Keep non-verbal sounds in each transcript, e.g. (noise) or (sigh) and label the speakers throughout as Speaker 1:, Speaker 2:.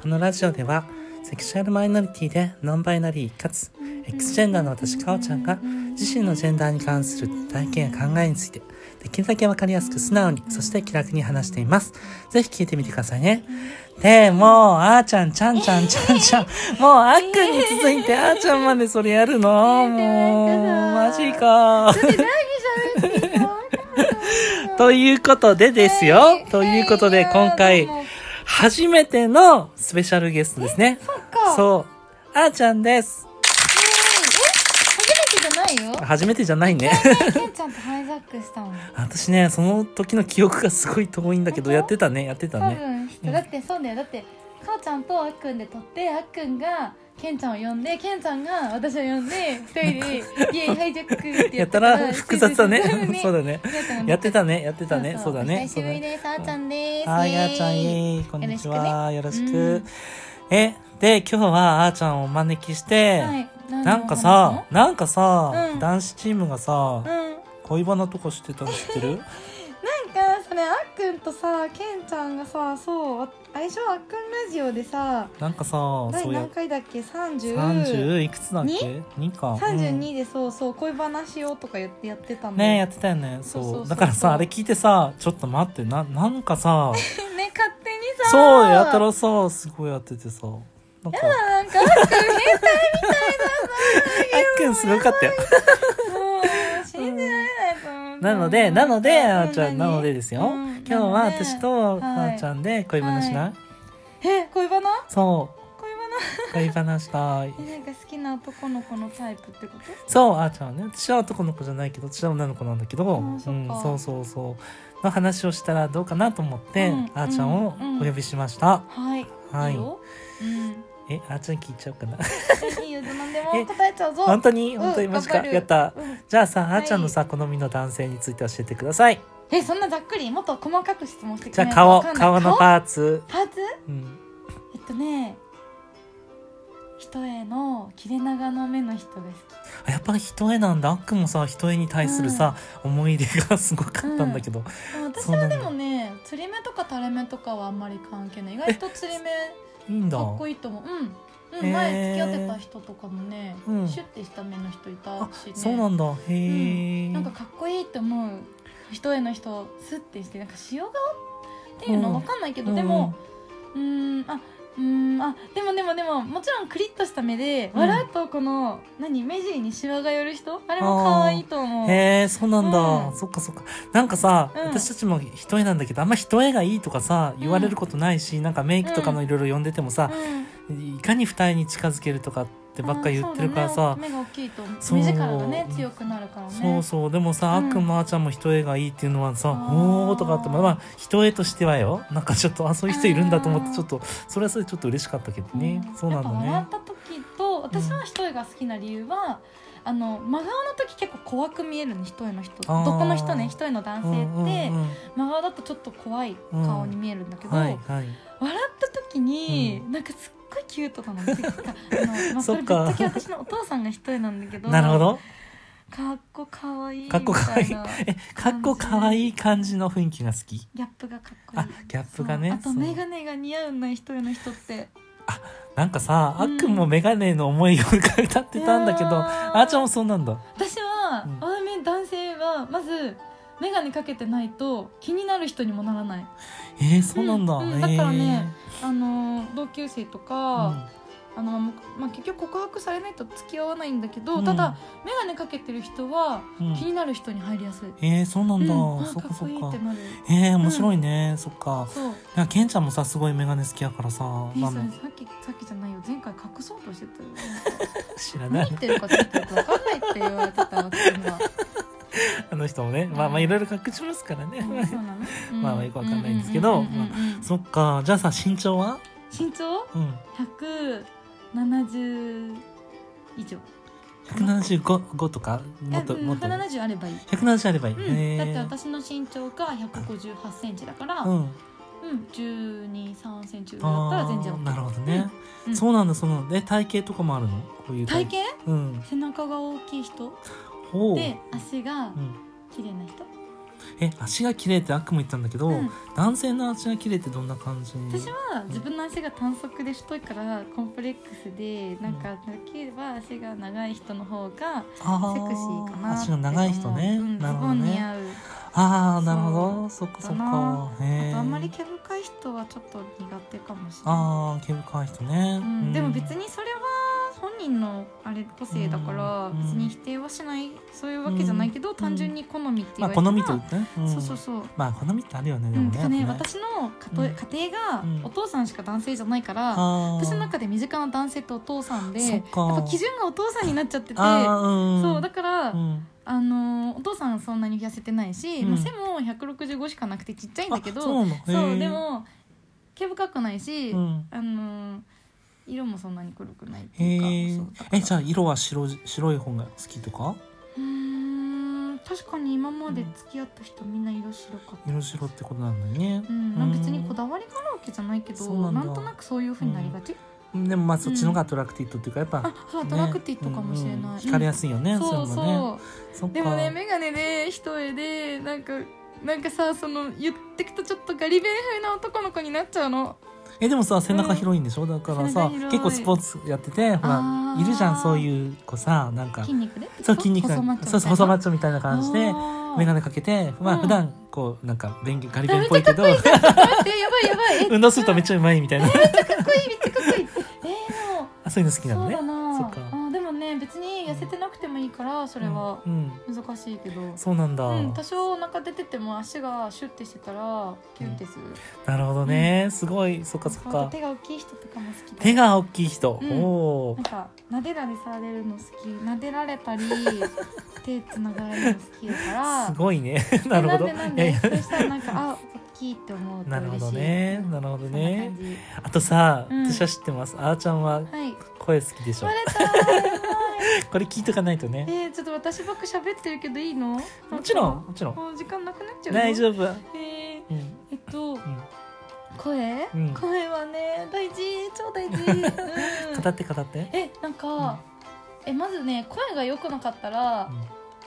Speaker 1: このラジオではセクシュアルマイノリティでノンバイナリーかつ X ジェンダーの私かおちゃんが自身のジェンダーに関する体験や考えについてできるだけわかりやすく素直にそして気楽に話していますぜひ聞いてみてくださいねでもうあーちゃんちゃんちゃんちゃんちゃん (laughs) もうあっくんに続いてあーちゃんまでそれやるのもうマジか
Speaker 2: 何喋ってんの
Speaker 1: ということでですよ、ということで今回初めてのスペシャルゲストですね。
Speaker 2: う。
Speaker 1: そう。あーちゃんです。
Speaker 2: えーえ初めてじゃ
Speaker 1: (laughs)
Speaker 2: ないよ。
Speaker 1: 初めてじゃない
Speaker 2: (laughs)
Speaker 1: ね。
Speaker 2: ケンちゃんとハイジャックしたもん。
Speaker 1: 私ね、その時の記憶がすごい遠いんだけど、
Speaker 2: 本当
Speaker 1: やってたね、やってた
Speaker 2: 多
Speaker 1: ね。
Speaker 2: 分、だってそうだよ。だって、かおちゃんとあっくんで撮って、あっくんが、ケンちゃんを呼んで、ケンちゃんが私を呼んで、一人
Speaker 1: (laughs)
Speaker 2: で、イエイハイジャックって
Speaker 1: やったら複雑だね。 (laughs) そう
Speaker 2: だ。
Speaker 1: だね。
Speaker 2: ケンちゃんが
Speaker 1: やってたね、やってたね。そうだ
Speaker 2: お
Speaker 1: ね。
Speaker 2: 久しぶりです。あーちゃんです。
Speaker 1: はい、あーちゃん、イ
Speaker 2: イエイ
Speaker 1: ェイこんにちは。よろし
Speaker 2: しくね
Speaker 1: く。え、で、今日はあーちゃんをお招きして、
Speaker 2: はい。
Speaker 1: なんかさ、なんかさ、
Speaker 2: うん
Speaker 1: 男子チームがさ
Speaker 2: 何の話、なの、うん。
Speaker 1: 恋バナとかしてたの知ってる
Speaker 2: なんかそれあっくんとさケンちゃんがさそう相性あっくんラジオでさ
Speaker 1: なんかさ、そ
Speaker 2: 第
Speaker 1: うや
Speaker 2: 何、回だっけ3032
Speaker 1: 30いくつだっけ ?2 か。うん
Speaker 2: でそうそう恋話をとか言ってやってたの
Speaker 1: ねえ、やってたよね。そう。
Speaker 2: そうそうそう
Speaker 1: だからさ、あれ聞いてさ、ちょっと待って、な、なんかさ、
Speaker 2: ね勝手にさ
Speaker 1: そう、やたらさ、すごいやっててさ。なんか、あ
Speaker 2: なんかあっくん変態
Speaker 1: っくんすごかったよ。
Speaker 2: もう信じられないと思う
Speaker 1: (laughs) なので、なので、あーちゃ、
Speaker 2: うん
Speaker 1: なのでですよ。
Speaker 2: うん
Speaker 1: 今日は
Speaker 2: なので
Speaker 1: 私とあ
Speaker 2: はい
Speaker 1: ーちゃんで恋話しない、
Speaker 2: はえ恋バナ
Speaker 1: そう、
Speaker 2: 恋バ
Speaker 1: 恋話したい。
Speaker 2: ナえなんか好きな男の子のタイプってこと
Speaker 1: そう、あーちゃんはね、私は男の子じゃないけど、私は女の子なんだけど、う
Speaker 2: ーそっ
Speaker 1: ん、
Speaker 2: か
Speaker 1: そうそうそう。の話をしたらどうかなと思って、
Speaker 2: うん
Speaker 1: あーちゃんをお呼びしました。
Speaker 2: はい
Speaker 1: はい
Speaker 2: いいよ
Speaker 1: (laughs)
Speaker 2: うん
Speaker 1: え、あーちゃん聞いちゃおうかな。
Speaker 2: いいよ何でも答えちゃうぞ
Speaker 1: 本当に
Speaker 2: うん
Speaker 1: 本当にマジか、
Speaker 2: 頑張る
Speaker 1: やった。
Speaker 2: うん
Speaker 1: じゃあさ、
Speaker 2: い
Speaker 1: あーちゃんのさ、好みの男性について教えてください。
Speaker 2: えそんなざっくりもっと細かく質問してく
Speaker 1: じゃ
Speaker 2: れ
Speaker 1: あ
Speaker 2: ないと
Speaker 1: 顔、
Speaker 2: わかんない
Speaker 1: 顔のパーツ。
Speaker 2: パーツ
Speaker 1: うん。
Speaker 2: えっとね人への切れ長の目の人が好
Speaker 1: あやっぱり人絵なんだ。あっくんもさ、人絵に対するさ、思い入れがすごかったんだけど。
Speaker 2: きうん私
Speaker 1: そうな
Speaker 2: は
Speaker 1: んだ
Speaker 2: でもね釣り目とか垂れ目とかはあんまり関係ない意外と釣り目
Speaker 1: いいんだ。
Speaker 2: かっこ
Speaker 1: いい。
Speaker 2: いいと思ううん、う
Speaker 1: へー
Speaker 2: ん、前付き合ってた人とかもね、
Speaker 1: うん
Speaker 2: シュッてした目の人いた
Speaker 1: あ
Speaker 2: し、ね
Speaker 1: そうなんだ。へ
Speaker 2: う
Speaker 1: え、
Speaker 2: んなんかかっこいいって思う人への人スッてしてなんか塩顔っていうのわかんないけど、でも、うーんあうーんあでもでもでももちろんクリッとした目で、
Speaker 1: うん
Speaker 2: 笑うとこの何目尻にシワが寄る人あれも可愛いと思う
Speaker 1: へえ、そうなんだ、
Speaker 2: うん
Speaker 1: そっかそっか。なんかさ、
Speaker 2: うん
Speaker 1: 私たちも人絵なんだけど、あんま人絵がいいとかさ、言われることないし、なんかメイクとかのいろいろ呼んでてもさ、いかに二重に近づけるとかってばっかり言ってるからさ
Speaker 2: うん、目が大きいと
Speaker 1: そう
Speaker 2: 目力がね強くなるからね
Speaker 1: そうそうでもさ、
Speaker 2: うん
Speaker 1: あっくんもあーちゃんも人絵がいいっていうのはさ
Speaker 2: あ
Speaker 1: 「
Speaker 2: ー
Speaker 1: おー」とかあってもまあ人絵としてはよなんかちょっとあそういう人いるんだと思っ
Speaker 2: あ
Speaker 1: て
Speaker 2: ー
Speaker 1: ちょっとそれはそれでちょっと嬉しかったけど
Speaker 2: うん
Speaker 1: ね、そうなんだ
Speaker 2: やっ
Speaker 1: ね
Speaker 2: ぱ笑った時と私は人絵が好きな理由は、あの真顔の時結構怖く見えるね人絵の人
Speaker 1: あー
Speaker 2: どこの人ね人絵の男性って、
Speaker 1: うんうんうん
Speaker 2: 真顔だとちょっと怖い顔に見えるんだけど、
Speaker 1: はいはい
Speaker 2: 笑った時に、なんかすっごいキュートなのてか
Speaker 1: (laughs)
Speaker 2: あの、まあ、
Speaker 1: そ
Speaker 2: そ
Speaker 1: っ
Speaker 2: れぶっ
Speaker 1: か
Speaker 2: ちゃけ私のお父さんが一重なんだけど
Speaker 1: なるほど
Speaker 2: かっこかわいいみた
Speaker 1: か
Speaker 2: い
Speaker 1: っこ
Speaker 2: な
Speaker 1: かわいい (laughs) えかっこかわいい感じの雰囲気が好き
Speaker 2: ギャップがかっこいい
Speaker 1: あギャップがね
Speaker 2: そうあと
Speaker 1: そう
Speaker 2: 眼鏡が似合うな一重の人って
Speaker 1: なんかさあ
Speaker 2: うん
Speaker 1: っくんもメガネの思いを浮かべたってたんだけど、
Speaker 2: いやー
Speaker 1: あーちゃんもそうなんだ
Speaker 2: 私は、
Speaker 1: うん
Speaker 2: 私男性はまず眼鏡かけてないと気になる人にもならない
Speaker 1: えー、そうなんだ、
Speaker 2: うんうん
Speaker 1: え
Speaker 2: だからね
Speaker 1: ー
Speaker 2: あの同級生と
Speaker 1: うん
Speaker 2: か、あのまあまあ、結局告白されないと付き合わないんだけど、
Speaker 1: うん
Speaker 2: ただ眼鏡かけてる人は
Speaker 1: うん
Speaker 2: 気になる人に入りやすい、
Speaker 1: えー、そうなんだ、
Speaker 2: うんあ
Speaker 1: そっ
Speaker 2: か
Speaker 1: か
Speaker 2: っ
Speaker 1: そ
Speaker 2: こ
Speaker 1: っ
Speaker 2: いいっ
Speaker 1: か
Speaker 2: てなる
Speaker 1: えー、面白いね、そっか
Speaker 2: そう
Speaker 1: いやケンちゃんもさすごいメガネ好きやからさ、
Speaker 2: え
Speaker 1: まあ
Speaker 2: それさっきさっきじゃないよ前回隠そうとしてたよ
Speaker 1: (laughs) 知らな
Speaker 2: 何
Speaker 1: い
Speaker 2: (laughs) 言ってるかちょっとよく分かんないって言われてたわけ今、
Speaker 1: あの人もねまあまあいろいろ隠しますからね、
Speaker 2: うん、そうなの、う
Speaker 1: (laughs)
Speaker 2: ん
Speaker 1: まあまあよくわかんないんですけど
Speaker 2: うんうんうんうんうん
Speaker 1: そっかじゃあさ身長は
Speaker 2: 身長
Speaker 1: うん
Speaker 2: 170以上
Speaker 1: 175とかもっと
Speaker 2: えうん
Speaker 1: もっと
Speaker 2: 170あればいい、
Speaker 1: 170あればいい、
Speaker 2: うん
Speaker 1: へ
Speaker 2: だって
Speaker 1: ー
Speaker 2: 私の身長が1 5 8ンチだから、
Speaker 1: う
Speaker 2: うん
Speaker 1: ん、
Speaker 2: 1 2 3センチ上だったら
Speaker 1: あ
Speaker 2: 全然
Speaker 1: ー
Speaker 2: OK
Speaker 1: なるほどね、
Speaker 2: うん
Speaker 1: そうなんだそので体型とかもあるのこういう
Speaker 2: 体
Speaker 1: 感
Speaker 2: 型
Speaker 1: じうん
Speaker 2: 背中が大きい人
Speaker 1: ほう
Speaker 2: で足が
Speaker 1: うん、
Speaker 2: 綺麗な人
Speaker 1: え足が綺麗って悪夢言ったんだけど、
Speaker 2: うん
Speaker 1: 男性の足が綺麗ってどんな感じ
Speaker 2: 私は自分の足が短足で太いからコンプレックスでなんかできれば足が長い人の方
Speaker 1: セ
Speaker 2: が
Speaker 1: クシー
Speaker 2: セクシーかなって
Speaker 1: 足が長い人ね、
Speaker 2: 思ううん
Speaker 1: な
Speaker 2: ズ
Speaker 1: るほ
Speaker 2: ボ
Speaker 1: ど
Speaker 2: ン似
Speaker 1: ね
Speaker 2: 合う
Speaker 1: ああなるほどそっかそ
Speaker 2: か
Speaker 1: っ
Speaker 2: な
Speaker 1: かへ
Speaker 2: あ
Speaker 1: え
Speaker 2: とあんまり毛深い人はちょっと苦手かもしれな
Speaker 1: あー毛深い人ね、
Speaker 2: い、うん、でも別
Speaker 1: うん
Speaker 2: にそれは本人のあれ個性だから
Speaker 1: うん
Speaker 2: 別に否定はしないそういうわけじゃないけど
Speaker 1: ん
Speaker 2: 単純に好みって言
Speaker 1: まあ
Speaker 2: われた
Speaker 1: 好
Speaker 2: ら
Speaker 1: みって言ってね、うん
Speaker 2: そうそうそう
Speaker 1: まあ好みってあるよねで
Speaker 2: う
Speaker 1: も
Speaker 2: ん、
Speaker 1: ね,
Speaker 2: て
Speaker 1: やっぱ
Speaker 2: か
Speaker 1: ね、
Speaker 2: ね私の家庭家庭が
Speaker 1: うん
Speaker 2: お父さんしか男性じゃないから、
Speaker 1: あー
Speaker 2: 私の中で身近な男性ってお父さんで
Speaker 1: そ
Speaker 2: やっ
Speaker 1: っか
Speaker 2: ぱ基準がお父さんになっちゃってて、
Speaker 1: あーうん
Speaker 2: そうだから、
Speaker 1: うん
Speaker 2: あのーお父さんはそんなに痩せてないし、
Speaker 1: うん
Speaker 2: まあ、背も165しかなくてちっちゃいんだけど
Speaker 1: あそうなの
Speaker 2: そうで、
Speaker 1: へ
Speaker 2: も毛深くない
Speaker 1: え
Speaker 2: し、
Speaker 1: うん、
Speaker 2: あのー色もそんなに黒くないって
Speaker 1: へえ
Speaker 2: いうかそうだから
Speaker 1: えじゃあ色は白じ白い方が好きとか
Speaker 2: うーん確かに今まで付き合った人みんな色白かった
Speaker 1: 色白ってことなんだよね
Speaker 2: う、ん、なんか別にこだわりがあるわけじゃないけ
Speaker 1: そ
Speaker 2: ど
Speaker 1: うな
Speaker 2: なん
Speaker 1: だ
Speaker 2: んとなくそういうふうになりがち、
Speaker 1: でもまあそっちの方がアトラクティッドっていうかやっぱ、
Speaker 2: あそうアトラクティッドかもし
Speaker 1: う
Speaker 2: れ
Speaker 1: んうん
Speaker 2: ない、
Speaker 1: 惹かれやすいよね、そうい
Speaker 2: そうう
Speaker 1: のね
Speaker 2: そう
Speaker 1: そっか
Speaker 2: でもね眼鏡で一重でなんかなんかさその言ってくとちょっとガリ勉風な男の子になっちゃうの
Speaker 1: えでもさ背中広いんでしょ、だからさ
Speaker 2: 背中広い
Speaker 1: 結構スポーツやっててほら
Speaker 2: あー
Speaker 1: いるじゃんそういう子さなんか
Speaker 2: 筋肉でってこと
Speaker 1: そう筋肉が
Speaker 2: 細マッチョ
Speaker 1: そ
Speaker 2: みたい
Speaker 1: う
Speaker 2: な
Speaker 1: そう細マッチョみたいな感じで
Speaker 2: あー
Speaker 1: 眼鏡かけてまあ
Speaker 2: うん
Speaker 1: 普段こうなんか便利ガリ勉っぽいけど
Speaker 2: 待ってやばいやばいえ
Speaker 1: (laughs) 運動するとめっちゃうまいみ
Speaker 2: (laughs)
Speaker 1: たいな
Speaker 2: かっこいいめっちゃかっこいいえ
Speaker 1: あそういうの好き
Speaker 2: ー、で
Speaker 1: なの
Speaker 2: もそ
Speaker 1: ね
Speaker 2: うだな
Speaker 1: そっか
Speaker 2: あでもね別に痩せてなくてもいいからそれは
Speaker 1: うんうん
Speaker 2: 難しいけど、
Speaker 1: そうなんだ、
Speaker 2: うん、多少お腹出てても足がシュッてしてたらキュンってする、
Speaker 1: なるほどね、すごいそっかそっ
Speaker 2: あと
Speaker 1: か
Speaker 2: 手が大きい人とかも好きだ
Speaker 1: 手が大きい人、
Speaker 2: うん
Speaker 1: おお
Speaker 2: なんか撫でられされるの好き撫でられ
Speaker 1: (laughs)
Speaker 2: たり手つながれるの好きだから
Speaker 1: すごいね (laughs) なるほど
Speaker 2: えなん
Speaker 1: いや
Speaker 2: で
Speaker 1: いや
Speaker 2: なんでそしたらなんかあ大きいって思うと
Speaker 1: な
Speaker 2: 嬉し
Speaker 1: る
Speaker 2: い
Speaker 1: ほどねなるほど
Speaker 2: そんな
Speaker 1: ね
Speaker 2: 感じ
Speaker 1: あとさ、
Speaker 2: うん
Speaker 1: 私は知ってますあーちゃんは
Speaker 2: はい
Speaker 1: 声好きでしょ
Speaker 2: バレたやばい
Speaker 1: これ聞いとかないとね
Speaker 2: えー、ちょっと私ばっか喋ってるけどいいの
Speaker 1: もちろんもちろん
Speaker 2: もう時間なくなっちゃうの
Speaker 1: 大丈夫うん
Speaker 2: えー、
Speaker 1: うん
Speaker 2: えっと声、
Speaker 1: うん
Speaker 2: 声はね大事超大
Speaker 1: (laughs)
Speaker 2: 事、うん
Speaker 1: 語って語って
Speaker 2: えなんか、
Speaker 1: うん
Speaker 2: えまずね声が良くなかったら、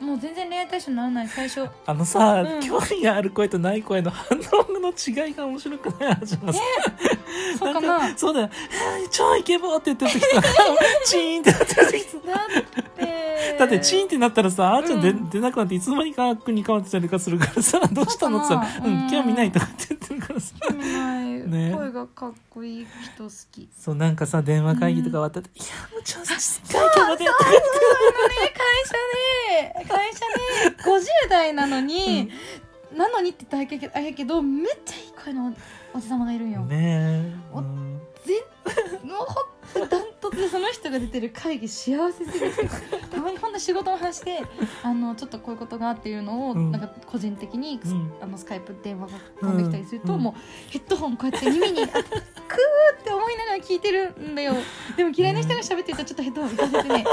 Speaker 2: もう全然恋愛対象にならない最初
Speaker 1: あのさ、
Speaker 2: うん
Speaker 1: 興味がある声とない声の反応の違いが面白くないあーちゃんはさ
Speaker 2: そうか
Speaker 1: な
Speaker 2: なん
Speaker 1: かそうだよえー「超イケボ!」って言ってる時
Speaker 2: (laughs)
Speaker 1: とかチーンってなってる時とか
Speaker 2: だって
Speaker 1: だってチーンってなったらさあーちゃん出,、
Speaker 2: うん
Speaker 1: 出なくなっていつの間にか国変わってたりとかするから
Speaker 2: (laughs)
Speaker 1: さどうしたのって
Speaker 2: そう
Speaker 1: さ
Speaker 2: か
Speaker 1: 「
Speaker 2: な
Speaker 1: うん
Speaker 2: うん
Speaker 1: 興味ない」とかって言ってるからさ
Speaker 2: 興味ない、
Speaker 1: ね
Speaker 2: 声がかっこいい人好き
Speaker 1: そうなんかさ電話会議とか終わったって「いやもう超すっごいイケボでやってる」
Speaker 2: 会社で会社で50代なのに、なのにって言ったらあれやけどめっちゃいい声のおじさまがいるんよ、
Speaker 1: ねえ、
Speaker 2: お
Speaker 1: うん
Speaker 2: ぜもうほんとダントツでその人が出てる会議幸せすぎてたまにほんと仕事の話
Speaker 1: (laughs)
Speaker 2: であのちょっとこういうことがあっていうのを、
Speaker 1: うん
Speaker 2: なんか個人的に、
Speaker 1: うん
Speaker 2: あのスカイプ電話が飛んできたりすると、
Speaker 1: うん
Speaker 2: もうヘッドホンこうやって耳にあクーって思いながら聞いてるんだよでも嫌いな人が喋ってるとちょっとヘッドホン浮かせてね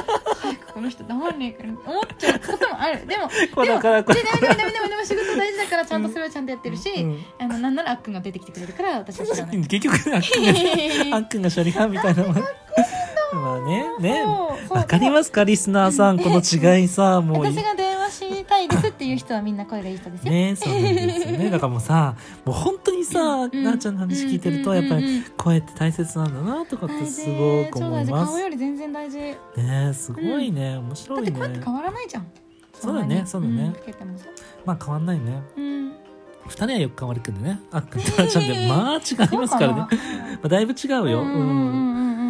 Speaker 2: 早くこの人黙んねえから思っちゃうこともあるでも
Speaker 1: これ
Speaker 2: で
Speaker 1: だ
Speaker 2: も
Speaker 1: からこれ
Speaker 2: でダメダメダメダメでも仕事大事だからちゃんとそれはちゃんとやってるし、
Speaker 1: うん
Speaker 2: あのなんならあっくんが出てきてくれるから私は
Speaker 1: (laughs)
Speaker 2: 知らない。
Speaker 1: 結局ねあっくん
Speaker 2: (laughs)
Speaker 1: があっくんが処理班みたいなもんまあねね
Speaker 2: そうそう
Speaker 1: わかりますかリスナーさんこの違いさもうい
Speaker 2: 私が電話したいですっていう人はみんな声がいい人ですよ。
Speaker 1: ねそうなんですよねだからもうさもう本当にさ、
Speaker 2: うん
Speaker 1: なあちゃんの話聞いてるとやっぱり声って大切なんだなとかってすごく思いま
Speaker 2: 大事顔
Speaker 1: す
Speaker 2: より全然大事。
Speaker 1: ねすごいね、面
Speaker 2: だ
Speaker 1: 白
Speaker 2: っ
Speaker 1: い
Speaker 2: て声って
Speaker 1: ね
Speaker 2: 変わらないじゃん。
Speaker 1: そうだね
Speaker 2: んなに
Speaker 1: そうだね
Speaker 2: んかけてもさ
Speaker 1: まあ変わんないね
Speaker 2: うん。
Speaker 1: 二人はよく変わるけどねあっくんとあーちゃんでまあ違いますからね、ま
Speaker 2: ね。
Speaker 1: あ、だいぶ違う
Speaker 2: うんう
Speaker 1: よ、
Speaker 2: んう
Speaker 1: うん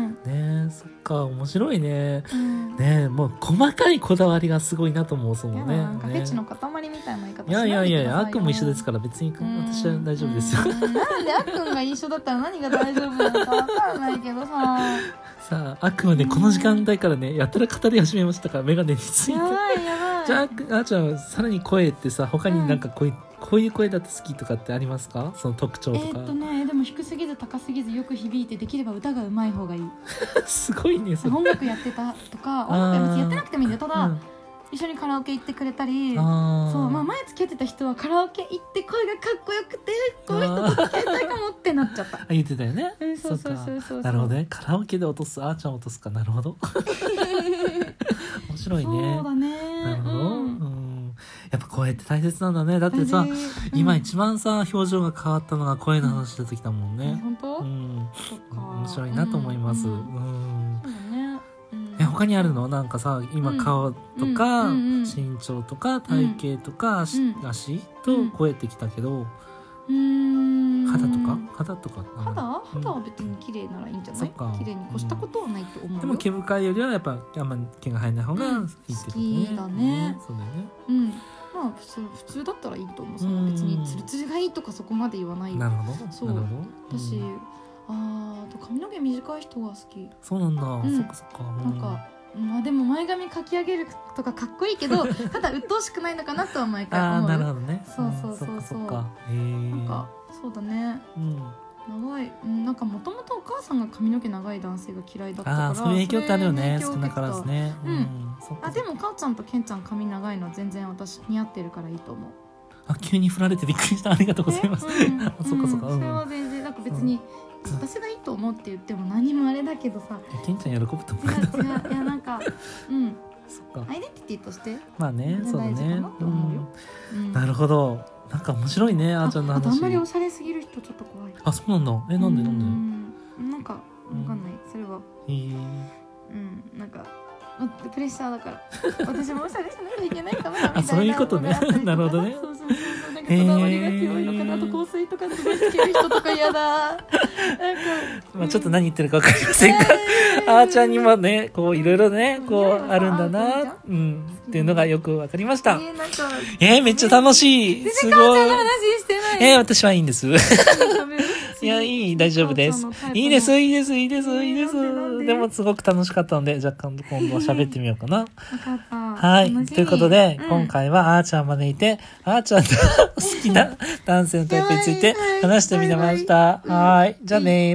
Speaker 2: んうん
Speaker 1: ねそっか面白いね
Speaker 2: うん。
Speaker 1: ねえもう細かいこだわりがすごいなと思うその
Speaker 2: やだ
Speaker 1: ね
Speaker 2: なんかフェチの
Speaker 1: ね
Speaker 2: 塊みたいな言い方
Speaker 1: いやいやいやいやあっくんも一緒です
Speaker 2: ら
Speaker 1: から別に私は大丈夫ですよ
Speaker 2: なんであっくんが一緒だったら何が大丈夫なのかわかんないけどさ
Speaker 1: さああっくんはねこの時間帯からねやたら語り始めましたから眼鏡に (laughs) ついて
Speaker 2: やばいやばい
Speaker 1: じゃああっくんあーちゃんはさらに声ってさ他になんかこういう、こういう声だと好きとかってありますかその特徴
Speaker 2: え
Speaker 1: とか、
Speaker 2: ーっとねでも低すぎず高すぎずよく響いてできれば歌がうまい方
Speaker 1: (laughs)
Speaker 2: がいい
Speaker 1: (laughs) すごいねそれ、
Speaker 2: 音楽やってたとか
Speaker 1: ー (laughs)
Speaker 2: 音楽は別にやってなくてもいいんだよただ、
Speaker 1: うん
Speaker 2: 一緒にカラオケ行ってくれたりそう
Speaker 1: あー
Speaker 2: まあ前付き合ってた人はカラオケ行って声がかっこよくてこの人と付き合いたいかもってなっちゃった
Speaker 1: あ言ってたよね、
Speaker 2: うんそうそう
Speaker 1: か
Speaker 2: そうそう
Speaker 1: なるほどねカラオケで落とすあーちゃんを落とすかなるほ
Speaker 2: (laughs)
Speaker 1: ど面白いね
Speaker 2: そうだね
Speaker 1: なるほど。
Speaker 2: う
Speaker 1: うんん。いややっぱ声って大切なんだねだってさ、
Speaker 2: 大事うん
Speaker 1: 今一番さ表情が変わったのが声の話の時だもんね、
Speaker 2: 本当、
Speaker 1: うん、
Speaker 2: そっか
Speaker 1: 面白いなと思います、う
Speaker 2: うん
Speaker 1: ん
Speaker 2: そうだね、うん
Speaker 1: え他にあるのなんかさ今顔とか、
Speaker 2: うんうんうん
Speaker 1: 身長とか体型とか、足
Speaker 2: うん
Speaker 1: 足と声ってきたけど、
Speaker 2: うーん
Speaker 1: 肌とか肌とかなの
Speaker 2: 肌
Speaker 1: うん
Speaker 2: 肌は別に綺麗ならいいんじゃな
Speaker 1: そ
Speaker 2: い
Speaker 1: っか
Speaker 2: 綺麗に越したことはないと思うよ
Speaker 1: でも毛深いよりはやっぱあんまり毛が生えない方がいいってことね、
Speaker 2: うん好きだね
Speaker 1: うんそうだよね
Speaker 2: うんまあ普通普通だったらいいと思うそ
Speaker 1: うん
Speaker 2: の別にツルツルがいいとかそこまで言わない
Speaker 1: なるほど
Speaker 2: そう
Speaker 1: なるほど
Speaker 2: 私、
Speaker 1: うん
Speaker 2: あーあと髪の毛短い人が好き
Speaker 1: そうなんだ、
Speaker 2: ん
Speaker 1: そっかそっか
Speaker 2: なんか、まあでも前髪かき上げるとかかっこいいけど
Speaker 1: (laughs)
Speaker 2: ただ鬱陶しくないのかなとは毎
Speaker 1: うん、
Speaker 2: 回
Speaker 1: ああ
Speaker 2: 思う
Speaker 1: なる
Speaker 2: な
Speaker 1: ほどね
Speaker 2: そうそうそうそう
Speaker 1: っかそっ
Speaker 2: ん
Speaker 1: かへえ
Speaker 2: んかそうだね
Speaker 1: うん、
Speaker 2: 長いうんなんかもともとお母さんが髪の毛長い男性が嫌いだったから
Speaker 1: ああそういう影響ってあるよね
Speaker 2: そ
Speaker 1: 少
Speaker 2: れに
Speaker 1: な
Speaker 2: 影
Speaker 1: か
Speaker 2: 響
Speaker 1: ら
Speaker 2: を
Speaker 1: ず
Speaker 2: 受けた
Speaker 1: ね
Speaker 2: うん
Speaker 1: そっか
Speaker 2: あでもかおちゃんとけんちゃん髪長いの全然私似合ってるからいいと思う
Speaker 1: あ急に振られてびっくりしたありがとうございます、 (laughs)
Speaker 2: ね
Speaker 1: あそっかそっか
Speaker 2: うん
Speaker 1: うん
Speaker 2: それは全然なんか別に
Speaker 1: うん
Speaker 2: 私がいいと思うって言っても何もあれだけどさ
Speaker 1: ケンちゃん喜ぶと思
Speaker 2: 違う
Speaker 1: うけど
Speaker 2: 違ういやなん
Speaker 1: (laughs)
Speaker 2: かうん
Speaker 1: そっか
Speaker 2: アイデンティティとして
Speaker 1: まあね
Speaker 2: 大
Speaker 1: そ
Speaker 2: 事
Speaker 1: うだね
Speaker 2: かなと思うよ
Speaker 1: うんな
Speaker 2: る
Speaker 1: るほどなんか面白いねあーちゃんの
Speaker 2: あとあん
Speaker 1: 話
Speaker 2: まりおしゃれすぎる人ちょっと怖い
Speaker 1: あそうなんだえなんでなんで
Speaker 2: でなんかわかんないそれは
Speaker 1: へえ
Speaker 2: うんなんかまプレッシャーだから (laughs) 私もおしゃれしなきゃいけないかもなみたいな
Speaker 1: あそういうことね
Speaker 2: のがあったりか
Speaker 1: (laughs) なるほどね
Speaker 2: そうそうそうそうなんかこだわりが強いのかな
Speaker 1: へ
Speaker 2: あ
Speaker 1: ー
Speaker 2: と香水とかすごいつける人とか嫌だなんか、
Speaker 1: まあちょっと何言ってるかわかりませんがあーちゃんにもねこういろいろねこうあるんだなうんっていうのがよくわかりまし
Speaker 2: え
Speaker 1: た
Speaker 2: ーなんか
Speaker 1: えー、めっちゃ楽しいすごい
Speaker 2: 話してない
Speaker 1: えー、私はいいんです (laughs) い
Speaker 2: い
Speaker 1: やいい大丈夫ですいいですいいですいいですいいです
Speaker 2: なんでなんで
Speaker 1: でもすごく楽しかったので若干今度喋ってみようかな (laughs) は。
Speaker 2: はい
Speaker 1: ということで、今
Speaker 2: 回
Speaker 1: 回はあーちゃんを招いて、あーち (laughs) ゃんの好きな男性のタイプについて話してみました。
Speaker 2: やばいやばい
Speaker 1: はい。じゃあね